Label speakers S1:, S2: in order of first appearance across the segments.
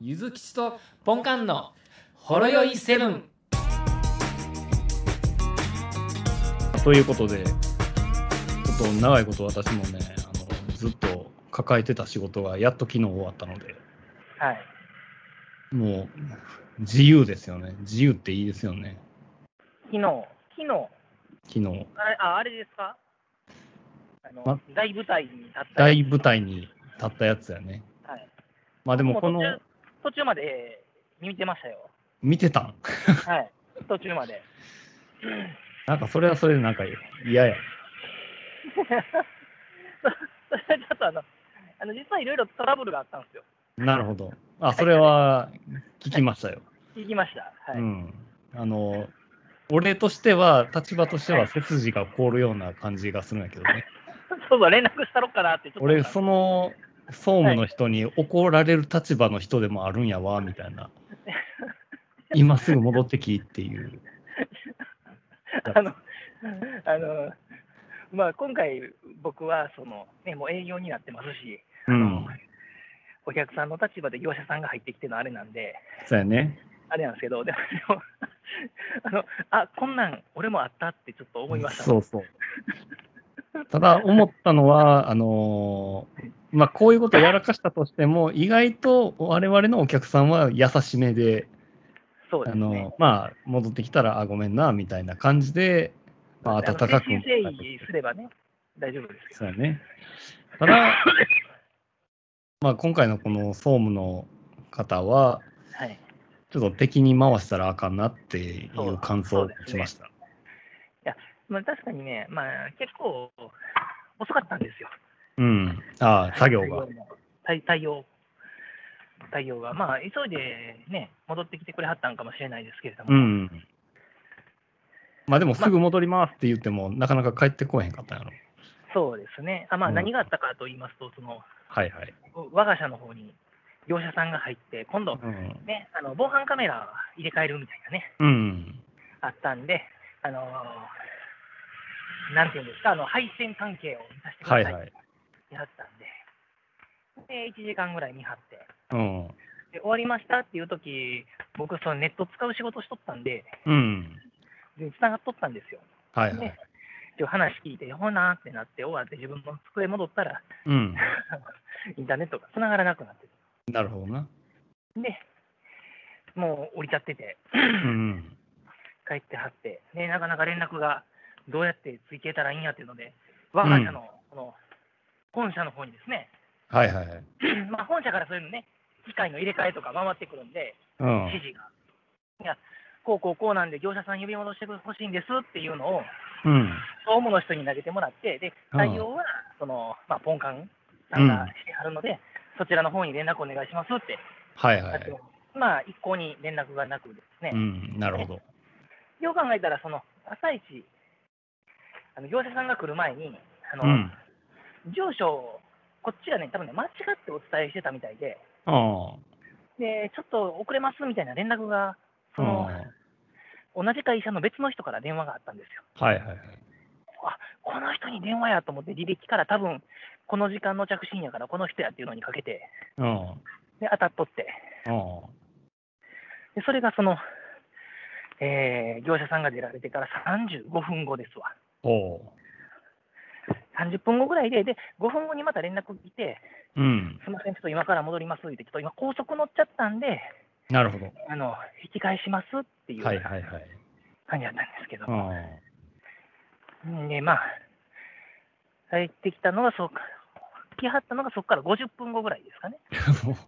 S1: ゆずきちとポンカンのほろよいセブン。
S2: ということで、ちょっと長いこと私もね、あのずっと抱えてた仕事がやっと昨日終わったので、
S3: はい。
S2: もう自由ですよね。自由っていいですよね。
S3: 昨日、昨日、
S2: 昨日、
S3: あれああれですかあの
S2: あ
S3: 大舞台に立った。
S2: 大舞台に立ったやつやね。
S3: はい。
S2: まあで
S3: で
S2: もこの、
S3: 途中までえー見てました よ。
S2: 見てたん。
S3: はい。途中まで。
S2: なんかそれはそれでなんか嫌や。
S3: それちょっとあの、あの実はいろいろトラブルがあったんですよ。
S2: なるほど。あ、それは聞きましたよ。
S3: 聞きました。は
S2: う
S3: い。
S2: ん。あの、俺としては、立場としては背筋が凍るような感じがするんやけどね。
S3: そうそう、連絡したろっかなってちょっと思
S2: 俺、
S3: った
S2: その総務の人に怒られる立場の人でもあるんやわ、みた いな。今すぐ戻ってきっていう。
S3: あの、あの、まあ今回僕はその、ね、もう営業になってますし、
S2: うん。
S3: お客さんの立場で業者さんが入ってきてるのあれなんで、
S2: そうやね。
S3: あれなんですけど、でも、でもあのあこんなん、俺もあったってちょっと思いました。
S2: そうそう。ただ、思ったのは、あのーまあ、こういうことをやらかしたとしても、意外と我々のお客さんは優しめで、
S3: そうで
S2: あ
S3: すね。
S2: のまあ、戻ってきたら、あ、ごめんな、みたいな感じで、まあ、
S3: あの
S2: 温かく。
S3: 誠心誠意すればね、大丈夫ですけど。
S2: そうやね。ただ、 まあ、今回のこの総務の方は、
S3: はい、い
S2: ちょっと敵に回したらあかんなっていう感想をしました。
S3: まあ、確かにね、まあ、結構遅かったんですよ。
S2: うん。ああ、作業が。
S3: 対対応。対応が。まあ、急いでね、戻ってきてくれはったんかもしれないですけれども。
S2: うん。まあでもすぐ戻りますって言っても、なかなか帰ってこへんかったんやろ。
S3: そうですね。あまあ、
S2: うん
S3: 何があったかと言いますと、その、
S2: はいはい。
S3: 我が社の方に業者さんが入って、今度、
S2: うん。
S3: ね、あの防犯カメラ入れ替えるみたいなね。
S2: うん。
S3: あったんで、あのーなんていうんですか、あの配線関係をさせてくださ
S2: は
S3: っ
S2: いい
S3: て
S2: はい。
S3: やったんで、で1時間ぐらい見張って、
S2: うん。
S3: で終わりましたっていう時僕、そのネット使う仕事しとったんで、
S2: うん。
S3: で繋がっとったんですよ。
S2: はいは
S3: ね
S2: い。
S3: で話聞いて、ほなーってなって、終わって自分の机戻ったら、
S2: うん。
S3: インターネットが繋がらなくなって
S2: なるほどな。
S3: て、で、もう降りちゃってて、
S2: うん。
S3: 帰ってはって、ね、なかなか連絡がどうやってついてたらいいんやっていうので、我が社の,、この本社の方にですね、
S2: はいはいはい。
S3: まあ本社からそういうのね、機械の入れ替えとか回ってくるんで、
S2: うん。
S3: 指示が。いや、こうこうこうなんで、業者さん呼び戻してほしいんですっていうのを、
S2: うん。
S3: 総務の人に投げてもらって、で
S2: うん
S3: 対応はその、まあ、ポンカンさんがしてはるので、そちらの方に連絡お願いしますって、
S2: はいは
S3: やって
S2: い
S3: も。まあ一向に連絡がなくですね、
S2: うん。なるほど。
S3: よう考えたら、その朝一、あの業者さんが来る前に、あの
S2: うん。
S3: 住所をこっちがね、多分ね、間違ってお伝えしてたみたいで、
S2: あ
S3: でちょっと遅れますみたいな連絡が、
S2: あ。う
S3: そ
S2: ん。
S3: の
S2: はい
S3: 同じ会社の別の人から電話があったんですよ。
S2: はいはい。
S3: この人に電話やと思って、履歴から多分この時間の着信やから、この人やっていうのにかけて、
S2: うん。
S3: で当たっとって、
S2: うん。
S3: でそれがその、えー業者さんが出られてから35分後ですわ。
S2: おう。
S3: 30分後ぐらいで、で5分後にまた連絡来て、
S2: うん。
S3: すみません、ちょっと今から戻りますって、ちょっと今、高速乗っちゃったんで、
S2: なるほど。
S3: あの引き返しますっていう
S2: は
S3: 感
S2: い
S3: じだっ
S2: はいはい。
S3: たんですけど、
S2: うん。
S3: で、まあ、帰ってきたのが、そうか、来はったのがそこから50分後ぐらいですかね。
S2: もう
S3: は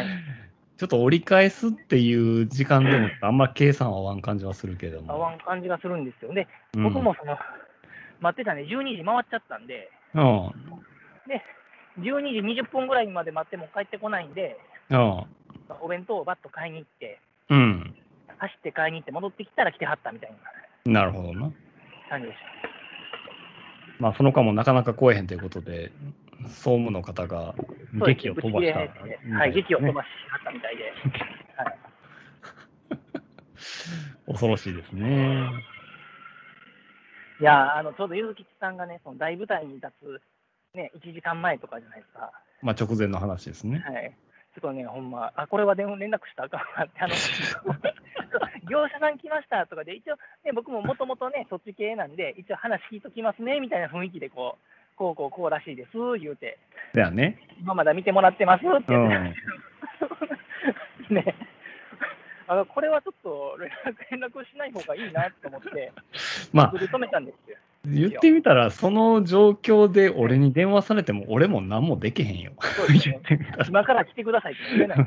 S3: い、
S2: ちょっと折り返すっていう時間でもあんま計算は合わん感じはするけども。
S3: 合わん感じがするんですよ。で、
S2: うん
S3: 僕もその、待ってたね、12時回っちゃったんで、
S2: うん。
S3: 12時20分ぐらいまで待っても帰ってこないんで、
S2: うん。
S3: お弁当をバッと買いに行って、
S2: うん。
S3: 走って買いに行って、戻ってきたら来てはったみたいな
S2: なるほどな。
S3: 感じでした。
S2: まあ、その間もなかなか来えへんということで、総務の方が
S3: そうです
S2: 劇を飛ばし
S3: ブ
S2: たみ
S3: チ
S2: た
S3: 切
S2: い
S3: れ
S2: です
S3: て
S2: ね。
S3: はい、劇を飛ばしはったみ たいで、
S2: 恐ろしいですね。
S3: いやーあのちょうどゆずきちさんがね、その大舞台に立つ、ね、1時間前とかじゃないですか。
S2: まあ、直前の話ですね。
S3: はい、ちょっとね、ほんま、あこれは電話連絡したらあかんわって、あ の 業者さん来ましたとかで、一応、ね、僕ももともとね、そっち系なんで、一応話聞いときますねみたいな雰囲気でこう、こうこうこうらしいです言うて、
S2: だよね。
S3: 今まだ見てもらってますって
S2: う
S3: 言って
S2: ん。
S3: ね、あのこれはちょっと連絡連絡しない方がいいなと思って、
S2: まあ、
S3: 受け止めたんですよ。
S2: 言ってみたら、その状況で俺に電話されても、俺も何もできへんよ。
S3: そうです
S2: 言
S3: ね
S2: ってみたら。
S3: 今から来てくださいって言えない。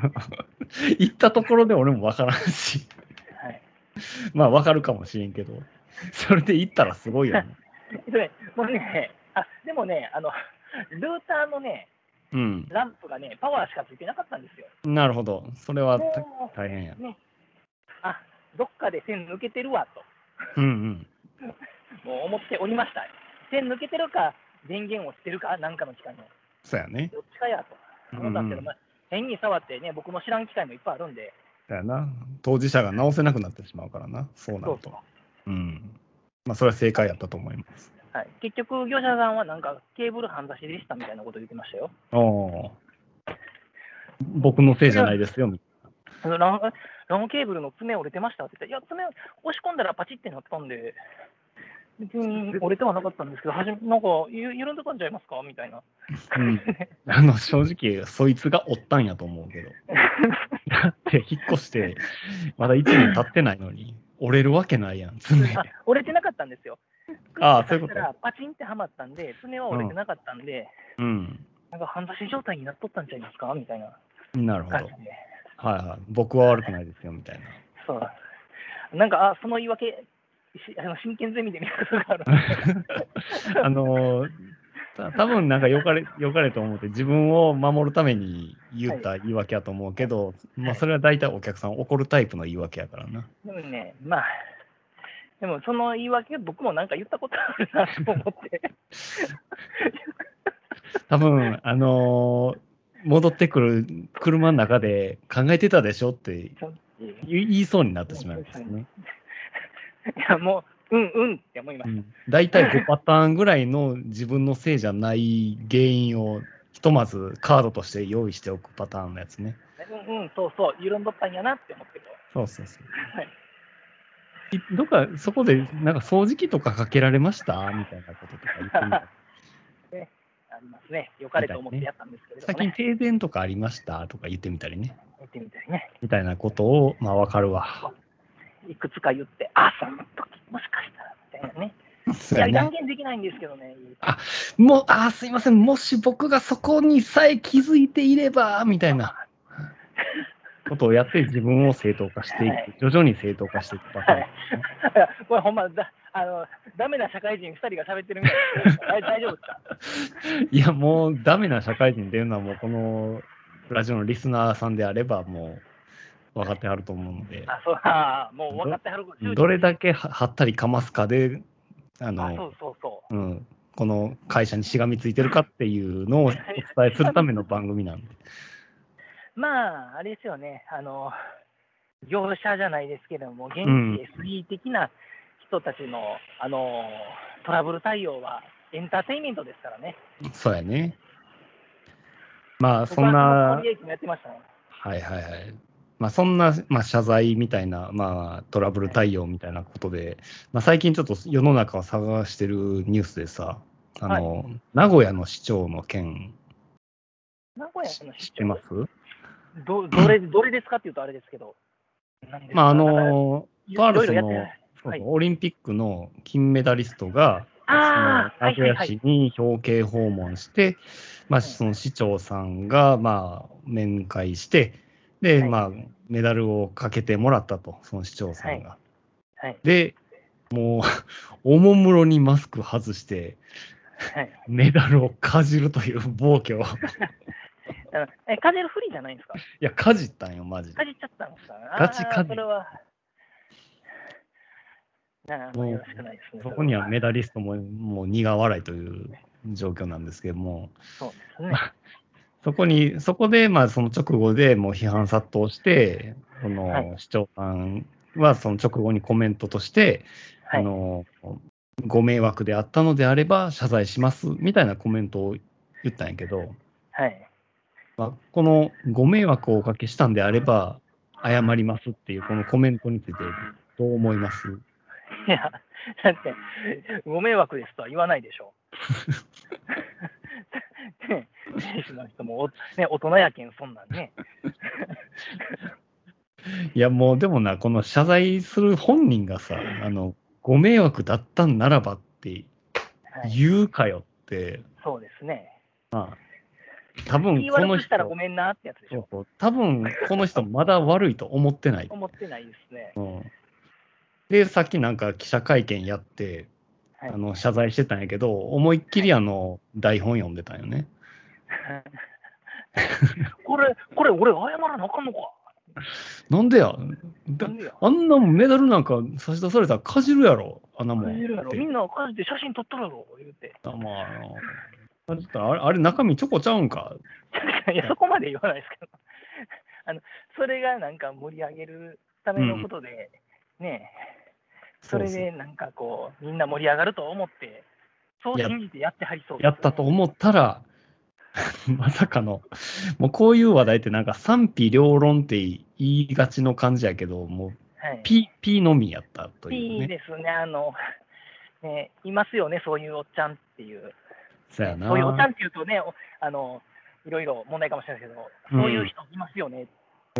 S2: 行ったところで俺も分からんし、
S3: はい
S2: まあ分かるかもしれんけど、それで行ったらすごいよね。
S3: でね、もうね、あでもねあの、ルーターのね、
S2: うん。
S3: ランプがね、パワーしかついてなかったんですよ。
S2: なるほど。それはた
S3: も
S2: 大変や。
S3: うね、あどっかで線抜けてるわと、
S2: うんうん。
S3: もう思っておりました。線抜けてるか、電源落ちてるか、なんかの機械の、
S2: そうやね。
S3: どっちかやと思ったんですけど、
S2: うん
S3: まあ、変に触ってね、僕も知らん機械もいっぱいあるんで、
S2: だよな。当事者が直せなくなってしまうからな。そうな
S3: そう
S2: る
S3: そう
S2: と。うん。まあそれは正解やったと思います。
S3: はい、結局、業者さんはなんかケーブル半差しでしたみたいなこと言ってましたよ。
S2: おお。僕のせいじゃないですよ。み
S3: あのランランケーブルの爪折れてましたって言ったら、いや、爪押し込んだらパチってなったんで、別に折れてはなかったんですけど、はじめなんかゆ緩んでたんじゃいますかみたいな。
S2: うん、あの正直、そいつがおったんやと思うけど。だって、引っ越して、まだ1年経ってないのに、折れるわけないやん、爪。
S3: あ折れてなかったんですよ。
S2: ああそういうこと
S3: だからパチンってはまったんで、爪は折れてなかったんで、
S2: うん。
S3: なんか半刺し状態になっとったんちゃいますかみたいな
S2: なるほど。
S3: 感
S2: は
S3: じ
S2: い
S3: で。
S2: はい。僕は悪くないですよ、みたいな。
S3: そうなんか、あその言い訳、しあの真剣ゼミで見たことがあ る。
S2: あのーた多分なんかよかれ、よかれと思って、自分を守るために言った言い訳やと思うけど、まあ、それは大体お客さん怒るタイプの言い訳やからな。
S3: でもね、まあ、でもその言い訳、僕もなんか言ったことあるなと思 って、
S2: 多分あのー戻ってくる車の中で考えてたでしょって
S3: い
S2: 言い言いそうになってしまいますね。
S3: や、もう、うんうんって思いま
S2: う
S3: し
S2: ん大体5パターンぐらいの自分のせいじゃない原因をひとまずカードとして用意しておくパターンのやつね。
S3: た。うんうん、そうそう、緩んどったんやなって思ってる。
S2: そうそうそう。
S3: はい
S2: いどっかそこでなんか掃除機とかかけられましたみたいなこととか言 ってみた
S3: ありますね。良かれと思ってやったんですけれど
S2: 最
S3: も、ね
S2: 近停電とかありましたとか言ってみたりね。
S3: 見てみたいね。
S2: みたいなことを、まあわかるわ。
S3: いくつか言って、あ、その時もしかしたらみたいなね。
S2: そ
S3: いう
S2: や
S3: や、
S2: ね
S3: 断。言できないんですけどね。
S2: もう、あーすいません、もし僕がそこにさえ気づいていれば、みたいなことをやって自分を正当化していく。徐々に正当化していくパターン。
S3: これほんまだ、あの、ダメな社会人2人が喋ってるみたいな。あれ大丈夫ですか
S2: いや、もうダメな社会人っていうのは、もうこのラジオのリスナーさんであれば、もう分かってはると思うので、
S3: あ、そう、あーもう分かってはる。
S2: どれだけははったりかますかで、
S3: あ、
S2: あ
S3: そ
S2: の、
S3: うそうそう。
S2: うん、この会社にしがみついてるかっていうのをお伝えするための番組なんで。
S3: まあ、あれですよね、あの業者じゃないですけども、現
S2: ん
S3: 地 SE 的な人たちの,、あのトラブル対応はエンターテインメントですからね、
S2: そうやね。まあ、
S3: 僕
S2: そ
S3: は
S2: んな
S3: の。堀江駅もやってましたね。
S2: はいはいはい。まあそんな、まあ、謝罪みたいな、まあ、トラブル対応みたいなことで、まあ、最近ちょっと世の中を探してるニュースでさ、あの、名古屋の市長の件、
S3: 名古
S2: し
S3: 屋の
S2: 知
S3: 市
S2: ってます
S3: どどれどれですかっていうとあれですけど、何ですか
S2: まあ、あ、
S3: だから
S2: の、
S3: い
S2: とある
S3: いろいろやっ
S2: そ
S3: て
S2: の
S3: ない、
S2: そう
S3: はい
S2: そうオリンピックの金メダリストが、その
S3: あーは
S2: 名
S3: いはい
S2: 古屋
S3: はい
S2: 市に表敬訪問して、ま
S3: は
S2: あ、
S3: い
S2: その市長さんが、まあ、面会して、で、
S3: はい
S2: まあ、メダルをかけてもらったと、その市長さんが。
S3: はい
S2: で、もう、お もむろにマスク外して、
S3: はい
S2: メダルをかじるという暴挙を。い
S3: あのえカジェルフリーじゃないんですか
S2: や、かじったんよ、マジで
S3: か。じっちゃったんですか
S2: ガチ
S3: あー
S2: かじ
S3: それは。なあ、もうよろしくないですね。
S2: そこにはメ
S3: ダ
S2: ダリストも、もう苦笑いという状況なんですけども、
S3: そうですね。
S2: そこに、そこで、まあ、その直後でもう批判殺到して、そ
S3: はい
S2: の市長さんはその直後にコメントとして、
S3: は
S2: あ
S3: い。
S2: の、ご迷惑であったのであれば謝罪しますみたいなコメントを言ったんやけど、
S3: はい
S2: まあ、このご迷惑をおかけしたんであれば、謝りますっていうこのコメントについて、どう思います
S3: いや、だって、ご迷惑ですとは言わないでしょ。ね選手の人もお、ね、大人やけん、そんなんね。
S2: いや、もうでもな、この謝罪する本人がさ、あの、ご迷惑だったんならばって
S3: はい、
S2: 言うかよって、
S3: そうですね。
S2: 多分
S3: 言い
S2: こ
S3: 悪
S2: の
S3: くし
S2: 人
S3: たらごめんなってやつでし
S2: そう
S3: ょ。
S2: そう多分この人まだ悪いと思ってない。
S3: 思ってないですね。
S2: で、さっきなんか記者会見やって、
S3: はい
S2: あの謝罪してたんやけど、思いっきりあの台本読んでたんよね。
S3: これ、これ、俺、謝らなあかんのか。
S2: なんでやだ
S3: なんでや。
S2: あんなメダルなんか差し出されたらかじるやろ、あんなもん。
S3: 感じるやろ
S2: って
S3: みんな感じて写真撮っとるやろ、言う て。
S2: あまああのあちょっとあれあれ中身チョコちゃうんか
S3: いや、そこまで言わないですけど、あのそれがなんか盛り上げるためのことで、ねえそれ
S2: う
S3: でなんかこう、みんな盛り上がると思って、そう信じてやってはりそうです
S2: やったと思ったら まさかのもうこういう話題ってなんか賛否両論って言いがちの感じやけどもう
S3: はい、
S2: ピピのみやったという
S3: いい
S2: ね
S3: ですね、あの、 ね、いますよね、そういうおっちゃんっていう。
S2: そうやな
S3: そういうおっちゃんっていうとね、おあの、いろいろ問題かもしれないですけど、そういう人いますよね、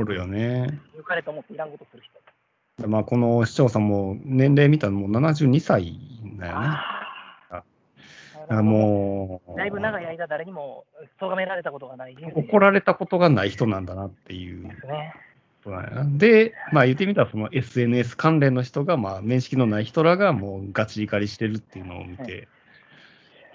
S2: おるよね
S3: 抜かれと思っていらんことする人。
S2: まあこの市長さんも年齢見たらもう72歳だよね
S3: あ
S2: だからもう
S3: だいぶ長い間、誰にも咎められたことがない人生
S2: 怒られたことがない人なんだなっていう
S3: ですね。
S2: そうなんやなで、まあ、言ってみたら、その SNS 関連の人が、まあ、面識のない人らが、もうガチ怒りしてるっていうのを見て、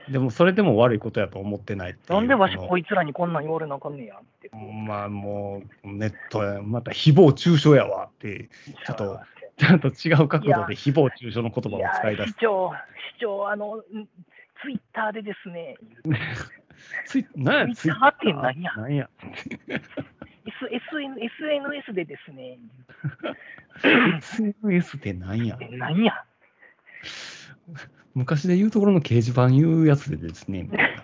S2: でも、それでも悪いことやと思ってないっていう。
S3: なんでわし、
S2: こ
S3: こいつらにこんなん言われなあかんねやって。
S2: のまあ、もう、ネットや、また、誹謗中傷やわって、ちょっとちゃんと違う角度で誹謗中傷の言葉を
S3: いや
S2: 使い出
S3: 市
S2: す。
S3: 長、市長、あの、ツイッターでですね、
S2: つい、なんや、
S3: ツ
S2: つ
S3: イ
S2: い
S3: ッ、ターって何や、
S2: なんや、
S3: S SN SNS でですね、
S2: SNS ってなんや。
S3: 何や、
S2: 昔で言うところの掲示板言うやつでですね、みたいな。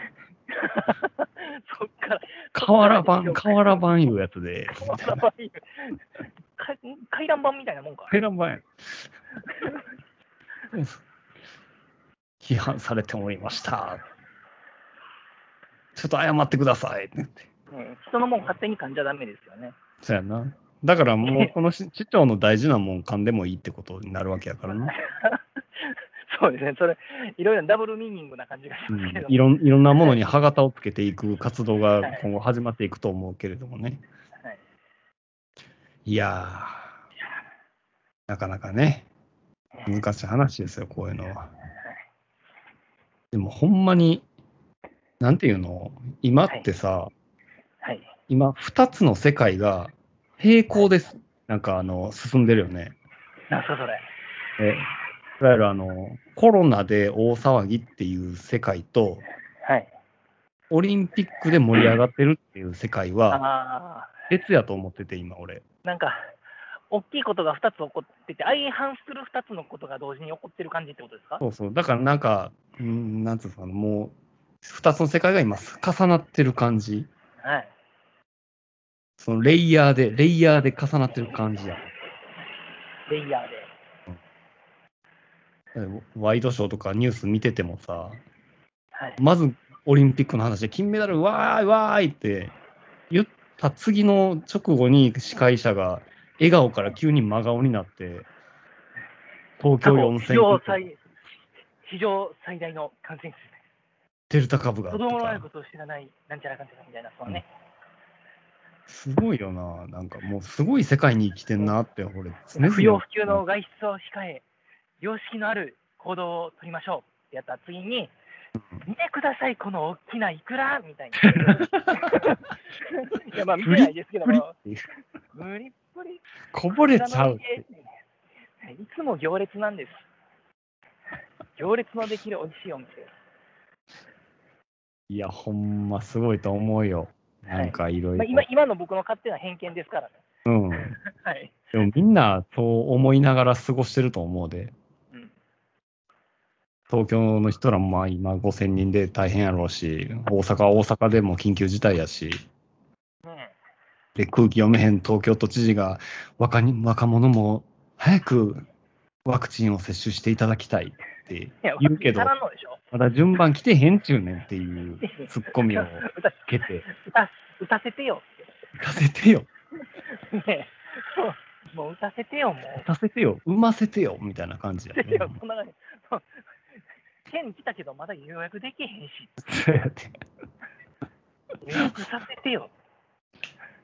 S3: そっから、
S2: 瓦版、 瓦版いうやつで、みたいな。
S3: か回覧板みたいなもんか。
S2: 回覧板や。批判されておりました。ちょっと謝ってくださいって言って。
S3: ね人のもん勝手に噛んじゃダメですよね。
S2: そうやな。だからもう、この し市長の大事なもん噛んでもいいってことになるわけやからな。
S3: そうですね、それ、いろいろダブルミーニングな感じがし
S2: う
S3: ますけ
S2: ん
S3: ど、、
S2: いろんいろんなものに歯型をつけていく活動が今後始まっていくと思うけれどもね。
S3: はい
S2: いやー、なかなかね、難しい話ですよ、こういうのは。でも、ほんまに、なんていうの、今ってさ、
S3: はい、
S2: 今、2つの世界が平行です。なんか、あの、進んでるよね。
S3: なんすか、それ。
S2: えいわゆる、あの、コロナで大騒ぎっていう世界と、
S3: はい。
S2: オリンピックで盛り上がってるっていう世界は、
S3: ああ
S2: 別やと思ってて、今、俺。
S3: ー、なんか、大きいことが2つ起こってて、相反する2つのことが同時に起こってる感じってことですか
S2: そうそう。だから、なんか、うん、なんつうのかな、もう、2つの世界が今、重なってる感じ。
S3: はい。
S2: そのレイヤーで、レイヤーで重なってる感じや。
S3: レイヤーで。
S2: ワイドショーとかニュース見ててもさ、
S3: はい。
S2: まずオリンピックの話で金メダル、わーい、わーいって言った次の直後に司会者が笑顔から急に真顔になって、東京
S3: 過去史上
S2: 4000
S3: 最史上最大の感染者ですね。
S2: デルタ株が
S3: 子供のな
S2: あっ
S3: い
S2: て
S3: ことを知らない、なんちゃらかんちゃらみたいな、そのね、
S2: すごいよな、なんかもうすごい世界に生きてんなって、俺、常々
S3: 不要不急の外出を控え、良識のある行動を取りましょうってやった次に、見てください、この大きないくらみたいな。いや、まあ見てないですけども、
S2: プリッ
S3: 無理っぷり
S2: こぼれちゃうって。
S3: いつも行列なんです。行列のできる美味しいお店。
S2: いや、ほんますごいと思うよ。なんかいろい
S3: まあ、
S2: ろ。
S3: 今今の僕の勝手な偏見ですからね。
S2: うん。
S3: はい。
S2: でもみんなそう思いながら過ごしてると思うで。
S3: うん
S2: 東京の人らもまあ今5000人で大変やろうし、大阪は大阪でも緊急事態やし、で、空気読めへん東京都知事が、若に若者も早くワクチンを接種していただきたいって
S3: や
S2: 言うけど
S3: わ、からんのでしょ
S2: まだ順番来てへんちゅうねんっていうツッコミを
S3: 歌
S2: つけて、
S3: 歌打たせてよ
S2: 打たせてよ、
S3: って。ねえそう もう打たせてよ、もう。
S2: 打たせてよ、産ませてよみたいな感じや
S3: 打たせて
S2: ね
S3: よ、そんな感じ。そう県来たけど、まだ予約できへん し、
S2: そうやって
S3: 予約させてよ。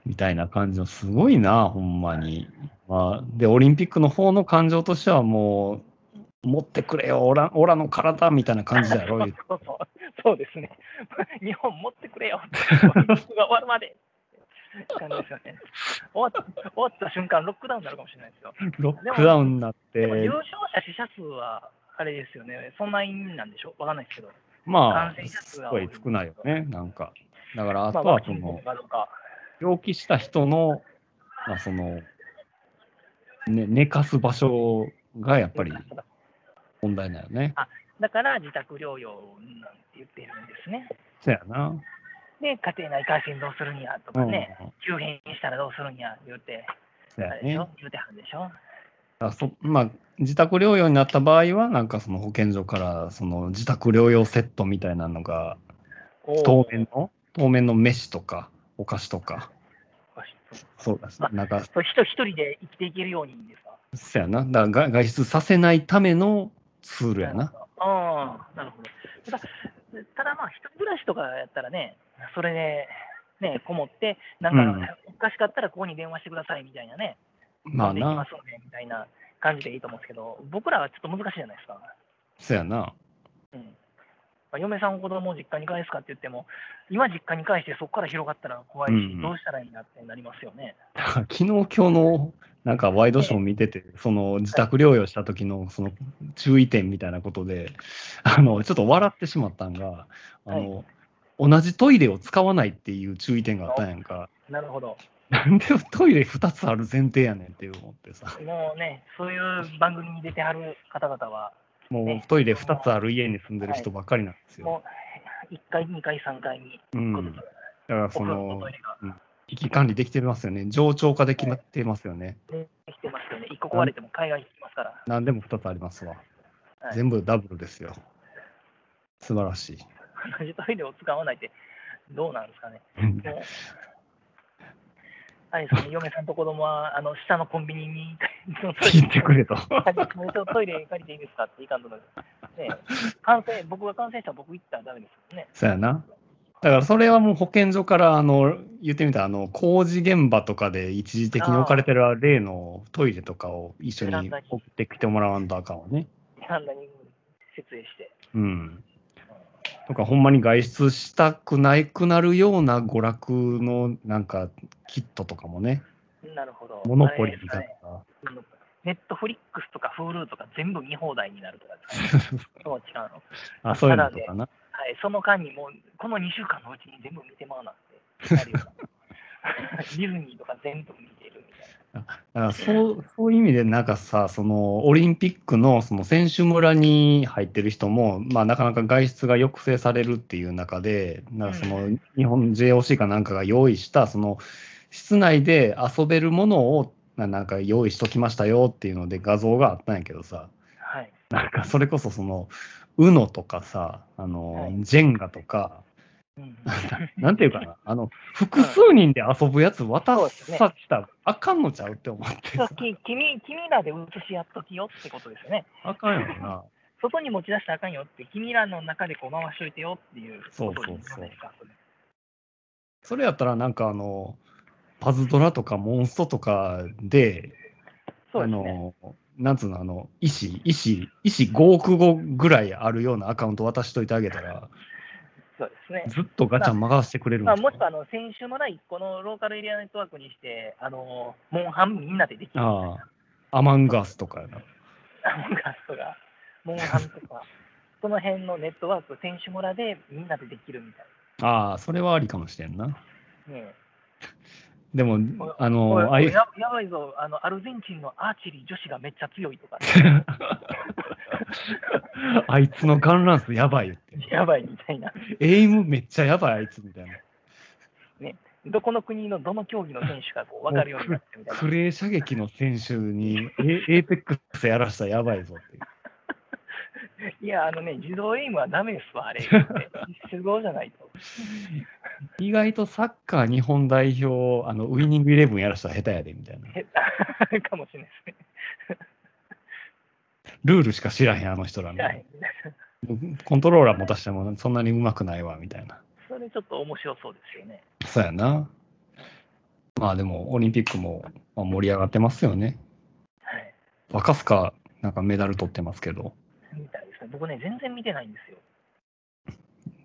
S2: みたいな感じの、すごいな、ほんまに。まあ、で、オリンピックの方の感情としては、もう、持ってくれよ、オラオラの体みたいな感じだろ、言うて
S3: そうそうそうですね。日本持ってくれよって、オリンピックが終わるまで。って感じですよね、終わった終わった瞬間、ロックダウンになるかもしれないですよ。
S2: ロックダウンになっ
S3: でも、重
S2: て
S3: 症、者、死者数は、あれですよね、そんな意味なんでしょう、わかんないですけど、
S2: ま
S3: 感染者
S2: あ、す
S3: 数が多
S2: ごい
S3: い
S2: 少ないよね、なんか。だから、あ
S3: ま
S2: と
S3: あ、
S2: は
S3: ワクチン
S2: その、
S3: かどうか、
S2: 病気した人の、まあ、その、ね、寝かす場所がやっぱり問題だよね。
S3: だから自宅療養なんて言ってるんですね。
S2: そうやな。
S3: で、家庭内感染どうするんやと
S2: う
S3: か
S2: ん。
S3: ね、急変したらどうするんや言うて、
S2: そう
S3: あ
S2: や
S3: れでし
S2: ね。
S3: ょ、言うてはるでしょ。
S2: あそまあ、自宅療養になった場合は、なんかその保健所からその自宅療養セットみたいなのが、当面の、当面の飯とか、お菓子とか、そうだし、なんか、
S3: そう人一人で生きていけるようにですか。
S2: そうやな、だから外外出させないためのツールやな。
S3: ああ、なるほど。ただ、ただまあ、一人暮らしとかやったらね、それで、ね、こもって、なんか、おかしかったらここに電話してくださいみたいなね、
S2: まあ
S3: できま
S2: な、
S3: すのでみたいな感じでいいと思うんですけど、僕らはちょっと難しいじゃないですか。
S2: そうやな。
S3: うんまあ、嫁さんを子供を実家に返すかって言っても、今実家に返してそこから広がったら怖いし、
S2: うんうん
S3: どうしたらいいんだってなりますよね。
S2: だから 昨日、今日のなんかワイドショー見てて、その自宅療養した時のその注意点みたいなことで、 あのちょっと笑ってしまったんが、あの同じトイレを使わないっていう注意点があったんやんか、
S3: なるほど。
S2: なんでトイレ2つある前提やねんって思ってさ、
S3: もうね、そういう番組に出てはる方々は、
S2: もうトイレ2つある家に住んでる人ばっかりなんですよ。
S3: もう1階、2階、3階に、
S2: う、
S3: うん
S2: だからそ
S3: お風呂と
S2: の
S3: トイレが
S2: 危機管理できてますよね、冗長化できてますよね、
S3: できてますよね。1個壊れても海外に行きますから。
S2: 何でも2つありますわ
S3: は、い
S2: 全部ダブルですよ、素晴らしい。
S3: 同じトイレを使わないって、どうなんですかね。も うあれですね、嫁さんと子供はあの下のコンビニに行
S2: 聞いてくれと。
S3: トイレ借りていいですかっていかんとなるねえ感染僕が感染したら僕行ったらダメですよね。
S2: そうやな。だからそれはもう保健所からあの言ってみたらあの工事現場とかで一時的に置かれてる例のトイレとかを一緒
S3: ベラン
S2: に
S3: ダに
S2: 送ってきてもらわんとあかんわね。
S3: ベランダに設営して。
S2: うん。とかほんまに外出したくないくなるような娯楽のなんかキットとかもね、
S3: なるほど。
S2: モノポリーみ
S3: あ
S2: た
S3: れで
S2: いな。
S3: すかねネットフリックスとか Hulu とか全部見放題になるとかですね、そう違うの。は
S2: あ、そういうのとかな。
S3: い、その間にもう、この2週間のうちに全部見てまうなんてなる ような。ディズニーとか全部見てるみたいな。
S2: だからそうそういう意味で、なんかさ、そのオリンピックのその選手村に入ってる人も、まあ、なかなか外出が抑制されるっていう中で、なんかその日本 JOC かなんかが用意した、その室内で遊べるものをななんか用意しときましたよっていうので画像があったんやけどさ、
S3: はい。
S2: なんかそれこそその UNO とかさ、あの、
S3: はい
S2: ジェンガとか、
S3: うん、
S2: なんていうかな、あの複数人で遊ぶやつ渡さしたらあかんのちゃうって思って
S3: そう
S2: さ、
S3: き君君らで写し合っときよってことですよね。
S2: あかんよな。
S3: 外に持ち出したらあかんよって、君らの中でこう回しといてよっていう
S2: そう
S3: こと
S2: そうそう
S3: になるんですかそれ
S2: それやったらなんかあの、パズドラとかモンストとかで、
S3: そう
S2: あ
S3: ですね。
S2: の、なんつうの、あの、意思、意思、意思5億語ぐらいあるようなアカウント渡しといてあげたら、
S3: そうですね。
S2: ずっとガチャン回してくれるん
S3: まあ、
S2: ちゃ
S3: もしくは
S2: う
S3: あの選手村一個のローカルエリアネットワークにして、あのモンハンみんなでできる。モン
S2: ああ、アマンガスとかやな。
S3: ガスとか、モンハンと か、その辺のネットワーク、選手村でみんなでできるみたい
S2: ああ、それはありかもしれんな。
S3: な。ねえ
S2: でも、あ
S3: おい
S2: の、あ
S3: お
S2: あ
S3: い
S2: いう
S3: ややばいぞあの、アルゼンチンのアーチェリー女子がめっちゃ強いとか、
S2: あいつのガンランスやばいって。
S3: やばいみたいな。
S2: エイムめっちゃやばいあいつみたいな。
S3: どこの国のどの競技の選手かこう分かるようになってみたいな
S2: ク。レー射撃の選手にエエーペックスやらしたらやばいぞっていう。
S3: いや、あのね、自動エイムはダメですわ、あれ。手動じゃないと。
S2: 意外とサッカー日本代表、あのウイニングイレブンやらしたら下手やでみたいな。
S3: 下手かもしれないですね。
S2: ルールしか知らへん、あの人らみたい
S3: は
S2: な。
S3: い
S2: コントローラー持たしてもそんなに上手くないわみたいな。
S3: それちょっと面白そうですよね。
S2: そうやな。まあでも、オリンピックもまあ盛り上がってますよね。
S3: はい。
S2: 若須賀、なんかメダル取ってますけど、
S3: みたいですね。僕ね、全然見てないんですよ。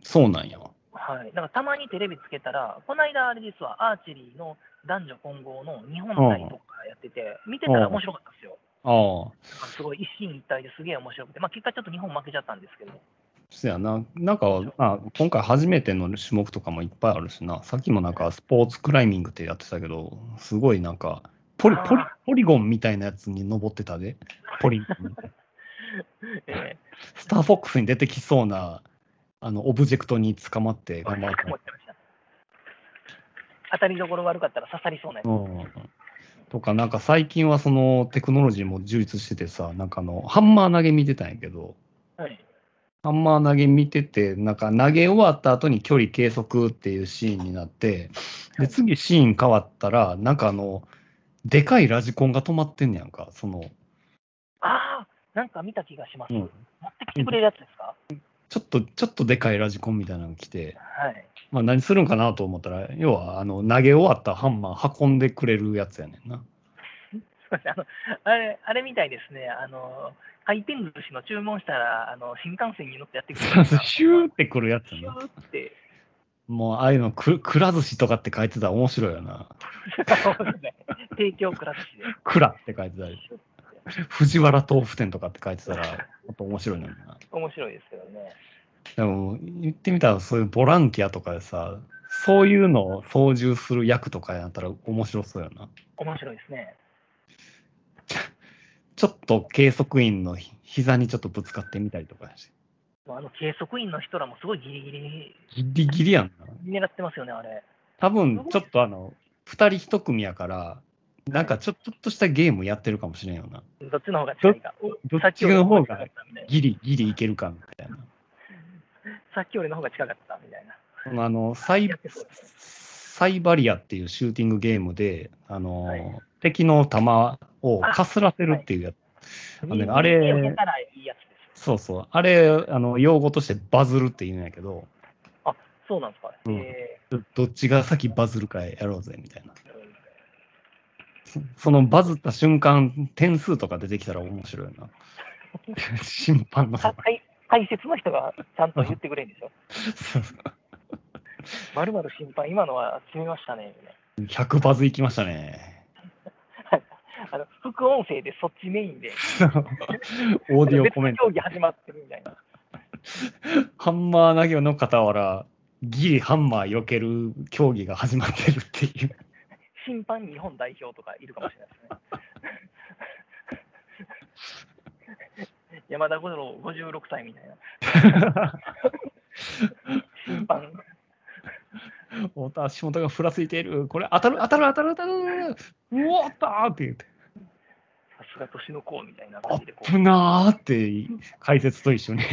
S2: そうなんや。
S3: はい。だからたまにテレビつけたら、この間あれですわ、アーチェリーの男女混合の日本対とかやってて、見てたら面白かったですよ。
S2: ああ、
S3: なんかすごい一進一退ですげえ面白くて、まあ結果ちょっと日本負けちゃったんですけど、
S2: そうやな。なんか、まあ、今回初めての種目とかもいっぱいあるしな。さっきもなんかスポーツクライミングってやってたけど、すごいなんか、ポリポリポリゴンみたいなやつに登ってたで。ポリゴンみたいな。
S3: え
S2: スターフォックスに出てきそうな、あの、オブジェクトに捕まって
S3: ー、
S2: 頑張っ
S3: 思ってました。当たりどころ悪かったら刺さりそうなやつ。
S2: うんとか、なんか最近はそのテクノロジーも充実しててさ、なんかあの、ハンマー投げ見てたんやけど、
S3: はい、
S2: ハンマー投げ見てて、なんか投げ終わった後に距離計測っていうシーンになって、で、次シーン変わったら、なんかあの、でかいラジコンが止まってんねやんか、その、
S3: ああ、なんか見た気がします。
S2: うん
S3: 持ってきてくれるやつですか、
S2: ちょっと、ちょっとでかいラジコンみたいなの来て、
S3: はい。
S2: まあ何するんかなと思ったら、要はあの、投げ終わったハンマー運んでくれるやつやねんな。
S3: すいませんあのあれあれみたいですね、あの回転寿司の注文したらあの新幹線に乗ってやってくる
S2: シューってくるやつ
S3: シ
S2: や
S3: ュ
S2: な。
S3: ーって、
S2: もうああいうのく、くら寿司とかって書いてたら面白いよな。
S3: 提供クラスで。
S2: くらって書いてたり、藤原豆腐店とかって書いてたら、やっぱ面白いのにな。
S3: 面白いですけどね。
S2: でも、言ってみたら、そういうボランティアとかでさ、そういうのを操縦する役とかやったら面白そうやな。
S3: 面白いですね。
S2: ちょっと計測員のひ膝にちょっとぶつかってみたりとかして。
S3: もうあの計測員の人らもすごいギリギリ
S2: ギリギリやんな。
S3: 狙ってますよね、あれ。
S2: 多分、ちょっとあの、二人一組やから、なんかちょちょっとしたゲームやってるかもしれんよな。
S3: どっちの方が近いか。
S2: ど
S3: さ
S2: っ
S3: っき
S2: ち
S3: より
S2: の方
S3: 近か
S2: が
S3: ったみたいな
S2: ギリギリいけるかみたいな。
S3: さっきよりの方が近かったみたいな。
S2: そのあのサイ
S3: やってそう
S2: サイバリアっていうシューティングゲームで、あの
S3: はい
S2: 敵の弾をかすらせるっていうやつ、あのねあれ
S3: 見てたらいいやつで
S2: そうそう、あれあの、用語としてバズるっていうんやけど、
S3: す。そうなんですか。
S2: うん
S3: え
S2: どどっちが先バズるかやろうぜみたいな。
S3: ー
S2: そそのバズった瞬間、点数とか出てきたら面白いな。審判の
S3: か解解説の人がちゃんと言ってくれるんでしょ。まるまる審判、今のは詰めましたね。みたい
S2: 100バズいきましたね。
S3: なあの副音声でそっちメインで、
S2: オーディオコメント
S3: 別。競技始まってるみたいな。
S2: ハンマー投げの傍ら、ギリハンマー避ける競技が始まってるっていう。
S3: 審判日本代表とかいるかもしれないですね。山田五郎56歳みたいな。審判、
S2: お足元がふらついている。これ当たる当たる当たる当たるうおったーって言って、
S3: さすが年の子みたいな
S2: あ
S3: 感
S2: っ
S3: じでこ
S2: ぶなーって解説と一緒に
S3: う、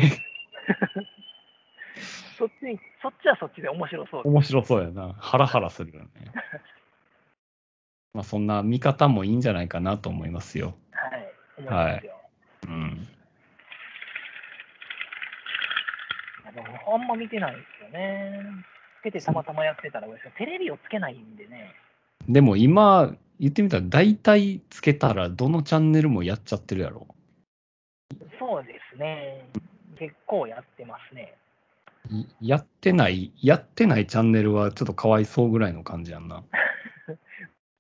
S3: そっちに、そっちはそっちで面白そう
S2: 面白そうやな。ハラハラする よね。まあそんな見方もいいんじゃないかなと思いますよ。
S3: はい、思いますよ。
S2: うん。
S3: いやでもあんま見てないんですよね。つけてたまたまやってたら嬉しいですけどテレビをつけないんでね。
S2: でも今、言ってみたら大体つけたらどのチャンネルもやっちゃってるやろ。
S3: そうですね。結構やってますね。
S2: いやってない、やってないチャンネルはちょっとかわいそうぐらいの感じやんな。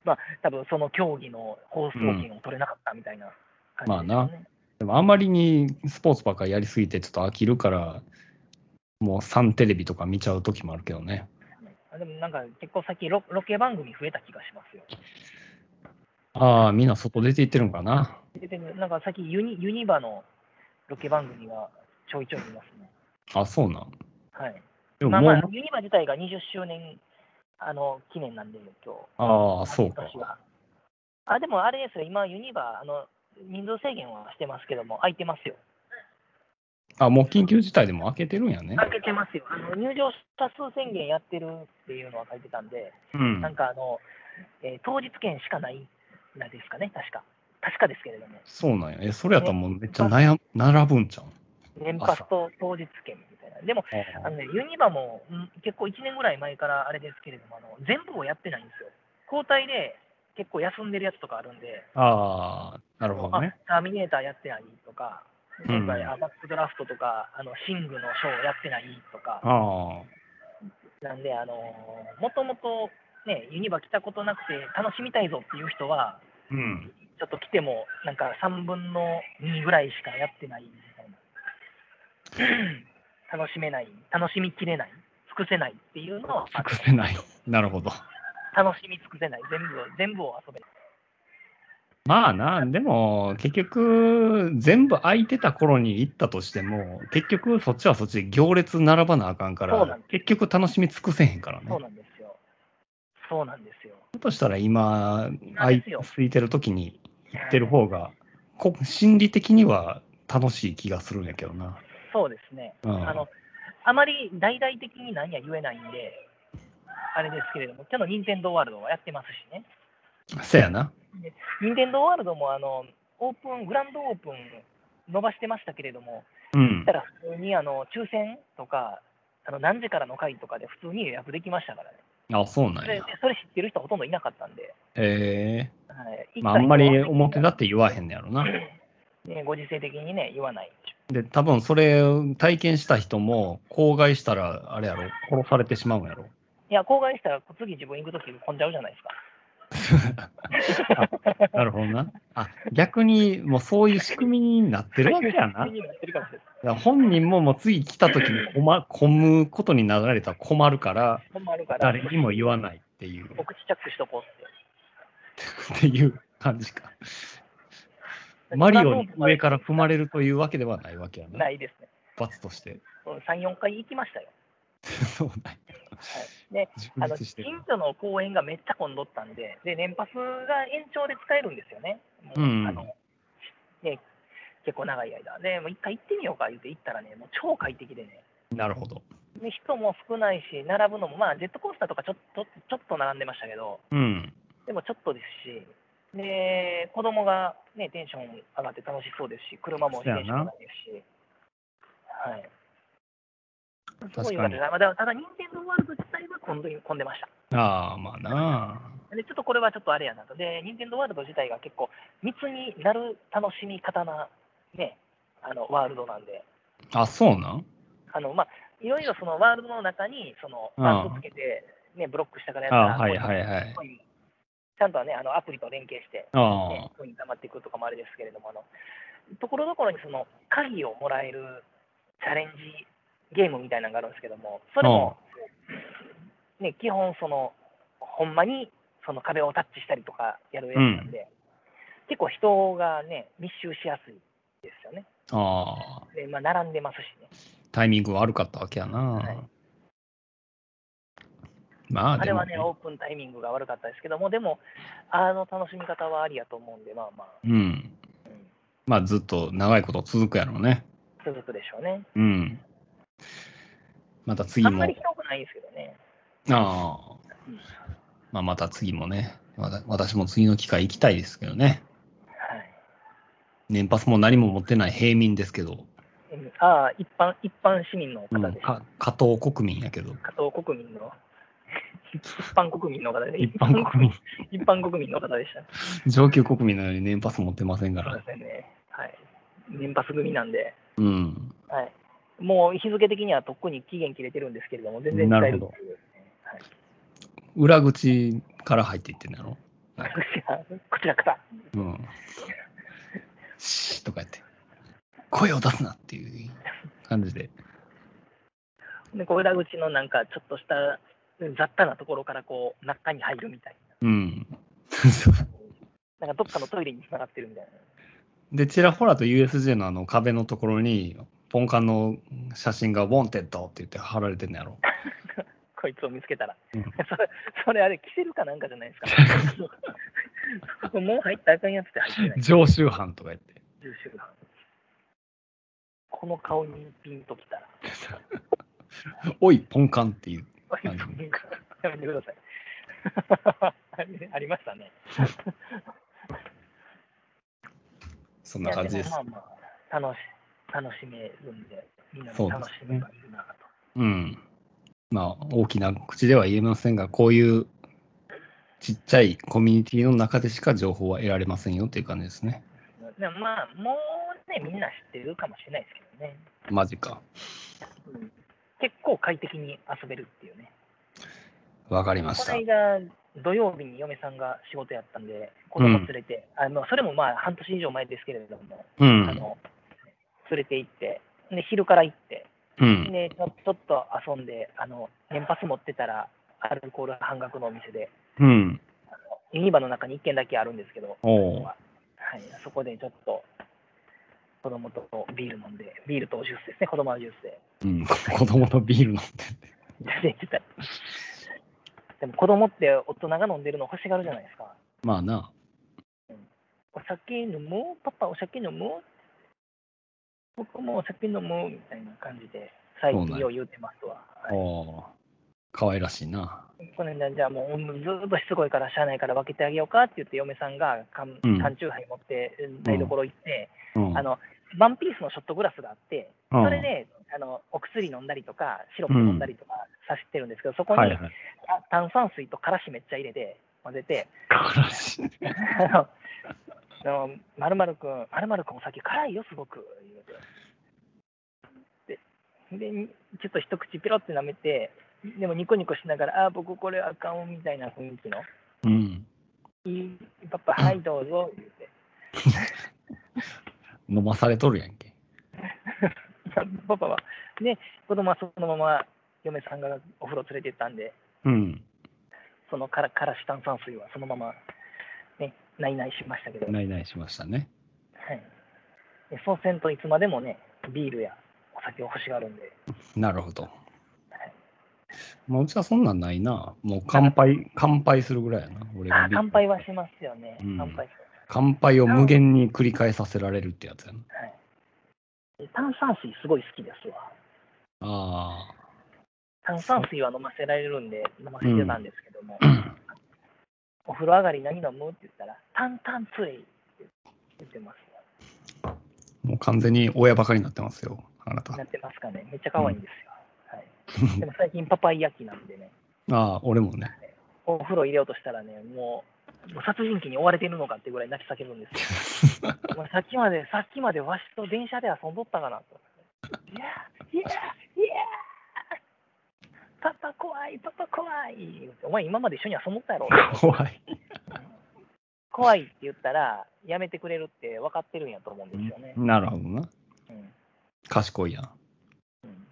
S3: まあ、多分その競技の放送権を取れなかったみたいな感じです
S2: まあ
S3: よ
S2: な
S3: ね。
S2: でもあまりにスポーツばっかりやりすぎてちょっと飽きるから、もうサンテレビとか見ちゃう時もあるけどね。
S3: あでもなんか結構最近ロロケ番組増えた気がしますよ。
S2: ああ、みんな外出て行ってるのかな。
S3: ででなんか最近ユニユニバのロケ番組がちょいちょい見ますね。
S2: あそうなん。
S3: はい。
S2: でも
S3: まあ
S2: も
S3: ま
S2: う、
S3: あ、ユニバ自体が20周年あの記念なんで、今日
S2: ああ、そうか。
S3: 私はあ、でもあれですよ、今、ユニバあの、人数制限はしてますけども、開いてますよ。
S2: あ、もう緊急事態でも開けてるんやね。
S3: 開けてますよ。あの入場者数宣言やってるっていうのは書いてたんで、
S2: うん
S3: なんかあの、えー当日券しかないんですかね、確か。確かですけれども、
S2: そうなんや。え、それやったらもうめっちゃ悩む並ぶんちゃう
S3: 年パスと当日券みたいな。でも、あのね、ユニバも、うん結構1年ぐらい前からあれですけれども、あの全部をやってないんですよ。交代で結構休んでるやつとかあるんで、
S2: ああ、なるほどね。
S3: あターミネーターやってないとか、
S2: うん
S3: 今回、アバックドラフトとか、あのシングのショーやってないとか、
S2: あ
S3: なんで、あのー、もともと、ね、ユニバ来たことなくて、楽しみたいぞっていう人は、
S2: あ、うん。
S3: ちょっと来ても、なんか3分の2ぐらいしかやってないみたい な、楽しめない、楽しみきれない、尽くせないっていうのは、
S2: 尽くせない。 なるほど。
S3: 楽しみ尽くせない、全部を全部を遊べない。
S2: まあな、でも、結局、全部空いてた頃に行ったとしても、結局、そっちはそっちで行列並ばなあかんか
S3: そうな
S2: ら
S3: んで、
S2: 結局楽しみ尽くせへんからね。
S3: そう
S2: だ
S3: なんですよ。そうなんですよ。
S2: としたら今、
S3: な
S2: 空
S3: ん
S2: い
S3: ですよ
S2: 空いてる時に行ってる方が、こ心理的には楽しい気がするんやけどな。
S3: そうですね。
S2: うん
S3: あの、あまり大々的に何や言えないんで、あれですけれども、今日の任天堂ワールドはやってますしね。
S2: せやな。
S3: 任天堂ワールドもあのオープン、グランドオープン伸ばしてましたけれども、
S2: うん
S3: た。ら普通にあの抽選とか、あの何時からの会とかで普通に予約できましたからね。
S2: あ、そうなん
S3: でで
S2: や。
S3: それ知ってる人ほとんどいなかったんで、
S2: え
S3: はい
S2: えまあ、あんまり
S3: 行った
S2: 表
S3: 人
S2: だ
S3: は
S2: って言わへんのやろな。
S3: ね、ご時世的にね、言わない。
S2: で、多分それを体験した人も、口外したら、あれやろ、殺されてしまうんやろ。
S3: いや、公害したら次自分行くとき混んじゃうじゃないですか。
S2: なるほどな。あ、逆に、もうそういう仕組みになってるわけやな。だか
S3: 急になってるかもしれない
S2: ら本人ももう次来た時に困混むことになられたら困るから、
S3: ほんまあるから、
S2: 誰にも言わないっていう、
S3: お口チャックしとこうって。
S2: っていう感じか。マリオに上から踏まれるというわけではないわけやな
S3: な。いですね。
S2: 罰として。
S3: 3、4回行きましたよ。
S2: そうなんや
S3: で、
S2: 充
S3: あの
S2: 実
S3: 近
S2: してる。
S3: 所の公園がめっちゃ混んどったんで、で年パスが延長で使えるんですよね、も
S2: うん
S3: あのね結構長い間。で、もう一回行ってみようか言って行ったらね、もう超快適でね、
S2: なるほど。
S3: で人も少ないし、並ぶのも、まあ、ジェットコースターとかちょっとちょっと並んでましたけど、
S2: うん。
S3: でもちょっとですし、で子供がねテンション上がって楽しそうですし、車も
S2: そ
S3: テ
S2: や
S3: ン
S2: な
S3: ション上がりですし。はいすごい
S2: 確
S3: 良かっ
S2: か
S3: たで
S2: に
S3: すまあだからただ、任天堂ワールド自体は混んで混んでました。
S2: ああ、まあなあ。
S3: でちょっとこれはちょっとあれやなと、で、任天堂ワールド自体が結構密になる楽しみ方な、ね、あのワールドなんで、
S2: あ、そうなん
S3: あのまあ、いろいろそのワールドの中にその
S2: うん
S3: マークつけて、ね、ブロックしたからやった
S2: あ
S3: ら、
S2: はいはいはい。
S3: コインちゃんとはね、あのアプリと連携して、
S2: あ
S3: ね、コイン溜まっていくとかもあれですけれども、あのところどころにその鍵をもらえるチャレンジゲームみたいなのがあるんですけども、それも、ね、基本その、ほんまにその壁をタッチしたりとかやるやつなんで、結構人がね、密集しやすいですよね。
S2: あ。ああ。
S3: でまあ、並んでますしね。
S2: タイミング悪かったわけやな。
S3: はい
S2: まあ
S3: あ
S2: で
S3: れ
S2: も、
S3: はね、オープンタイミングが悪かったですけども、でも、あの楽しみ方はありやと思うんで、まあまあ、
S2: うん。まあずっと長いこと続くやろうね。
S3: 続くでしょうね。
S2: うん。また次
S3: あん
S2: も。
S3: ま
S2: あ
S3: り広くないですけどね。
S2: あ。まあまた次もね。わた私も次の機会行きたいですけどね。
S3: はい
S2: 年パスも何も持ってない平民ですけど。
S3: うんああ、一般、一般市民の
S2: う
S3: 方
S2: ん、
S3: です。
S2: か加藤国民やけど。
S3: 加藤国民の、一般国民の方で
S2: 一般国民。
S3: 一般国民の方でした。
S2: 上級国民なのに年パス持ってませんか
S3: そう
S2: ら
S3: で。すよね。はい。年パス組なんで、
S2: うん。
S3: はい。もう日付的にはとっくに期限切れてるんですけれども、全然
S2: な
S3: 使
S2: る
S3: え
S2: ほ
S3: る
S2: ど
S3: っていうはい
S2: 裏口から入っていってんだろ。
S3: こちら、 こちらから。
S2: うん。シーとか言って、声を出すなっていう感じで。
S3: で、こう裏口のなんか、ちょっとした雑多なところから、こう、中に入るみたい
S2: うん。
S3: な。なんか、どっかのトイレに繋がってるみたいな。
S2: で、ちらほらと USJ のあの壁のところに、ポンカンの写真がウォンテッドって言って貼られてんのやろ。
S3: こいつを見つけたら。
S2: うん
S3: それ、それあれ、着せるかなんかじゃないですか。 もう入ったらあかんやつって入ってない。
S2: 常習犯とか言って。
S3: 重症がこの顔にピンときたら。
S2: おい、ポンカンっていう。
S3: や
S2: の
S3: めてください。 ありましたね。
S2: そんな感じです
S3: い。やもまあまあ楽し楽しめるんで、みんな
S2: そ
S3: も
S2: うです
S3: 楽しめ
S2: ね
S3: ばいいなと。
S2: うん。まあ、大きな口では言えませんが、こういうちっちゃいコミュニティの中でしか情報は得られませんよっていう感じですね。
S3: でもまあ、もうね、みんな知ってるかもしれないですけどね。
S2: マジか。
S3: うん結構快適に遊べるっていうね。
S2: わかりま
S3: こ
S2: し
S3: の
S2: た。
S3: 間、土曜日に嫁さんが仕事やったんで、子供連れて、あのそれもまあ半年以上前ですけれども、
S2: う
S3: あ
S2: ん。
S3: の連れて行って、で昼から行って、
S2: うん。
S3: でちょちょっと遊んで、あの年パス持ってたら、アルコール半額のお店で、
S2: うん。
S3: ユニバの中に1軒だけあるんですけど、
S2: おう
S3: はい、そこでちょっと子供とビール飲んで、ビールとジュースですね、子供のジュースで。
S2: うん、子供のビール飲んでて。
S3: 出てきたでも子供って大人が飲んでるの欲しがるじゃないですか。
S2: まあな。
S3: お酒飲むパパお酒飲む僕もお酒飲むみたいな感じで、最近よう言うてますわ。はい
S2: おう可愛らしいな。
S3: この間、じゃあもうずーっとしつこいから、車内から分けてあげようかって言って、嫁さんが缶
S2: うん
S3: 缶チューハイ持って台所行って、
S2: うん。
S3: あの、ワンピースのショットグラスがあって、
S2: うん
S3: それで、あのお薬飲んだりとか、シロップ飲んだりとかさしてるんですけど、そこに、
S2: はいはい。
S3: あ炭酸水とからしめっちゃ入れて、混ぜて、
S2: 可愛らしい。
S3: あの、まるまるくん、まるまるくんお酒辛いよ、すごく、言うて。で、でちょっと一口ピロって舐めて、でもニコニコしながら、あー、僕これあかんみたいな雰囲気の、
S2: うん。
S3: いいパパ、はい、どうぞ、言うて。
S2: 飲まされとるやんけ。
S3: パパは、ね、子供はそのまま嫁さんがお風呂連れて行ったんで、
S2: うん。
S3: そのからからし炭酸水はそのまま、ね、ないないしましたけど、
S2: ないないしましたね。
S3: はい、でそうせんといつまでもね、ビールやお酒を欲しがるんで、
S2: なるほど。まあ、うちはそんなんないな。もう乾杯、乾杯するぐらいやな。俺が
S3: あ乾杯はしますよね、
S2: うん
S3: 乾杯しま
S2: 乾杯を無限に繰り返させられるってやつや
S3: す、
S2: な。
S3: はいで炭酸水すごい好きですわ。
S2: あ
S3: 炭酸水は飲ませられるんで、飲ませてたんですけども、お風呂上がり何飲むって言ったら、炭炭水って言ってます。
S2: あ、もう完全に親ばかりになってますよ、あなた
S3: な。ってますかね。めっちゃ可愛いんですよ。はい、でも最近パパイヤ期なんでね、
S2: ああ、俺も ね。
S3: お風呂入れようとしたらね、もう、もう殺人鬼に追われてるのかってぐらい泣き叫ぶんですよ。もうさっきまで、さっきまでわしと電車で遊んどったかなと。いやー、いやー、いやー、パパ怖い、パパ怖い。お前今まで一緒に遊んどったやろ。
S2: 怖い。
S3: 怖いって言ったら、やめてくれるって分かってるんやと思うんですよね。
S2: なるほどな。
S3: うん
S2: 賢いやん。
S3: うん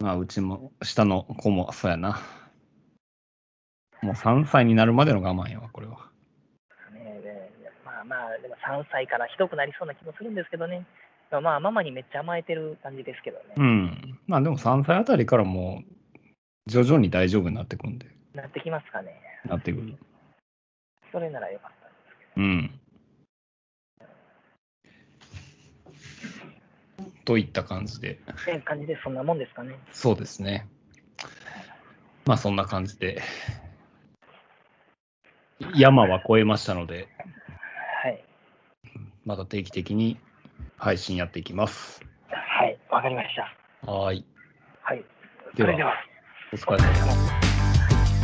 S2: まあ、うちも、下の子も、そうやな。もう3歳になるまでの我慢やわ、これは。
S3: ねえねえまあまあ、でも3歳からひどくなりそうな気もするんですけどね、まあ、まあママにめっちゃ甘えてる感じですけどね、
S2: うん。まあ、でも3歳あたりからもう、徐々に大丈夫になってくんで、
S3: なってきますかね、
S2: なってくる。
S3: それならよかったですけ
S2: うん。といった感じで、
S3: ど、って感じで、そんなもんですかね。
S2: そうですね。まあそんな感じで、山は越えましたので、
S3: はい、
S2: また定期的に配信やっていきます。
S3: はい、わかりました。
S2: はーい。
S3: はい、
S2: で
S3: それで
S2: は、
S3: は、
S2: お疲れ様。
S3: 様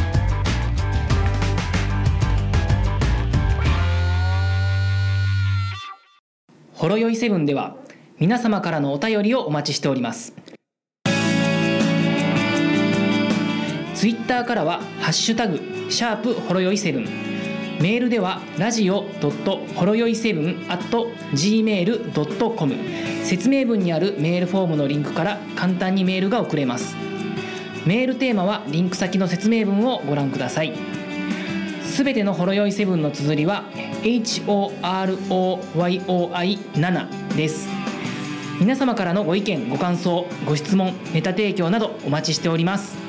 S1: ほろよいセブンでは皆様からのお便りをお待ちしておりますツイッターからは「ハッシュタグシャープほろよいセブン」メールではラジオドットほろよいセブン at gmail.com 説明文にあるメールフォームのリンクから簡単にメールが送れますメールテーマはリンク先の説明文をご覧くださいすべてのほろ酔いセブンの綴りは HOROYOI7 です皆様からのご意見ご感想ご質問ネタ提供などお待ちしております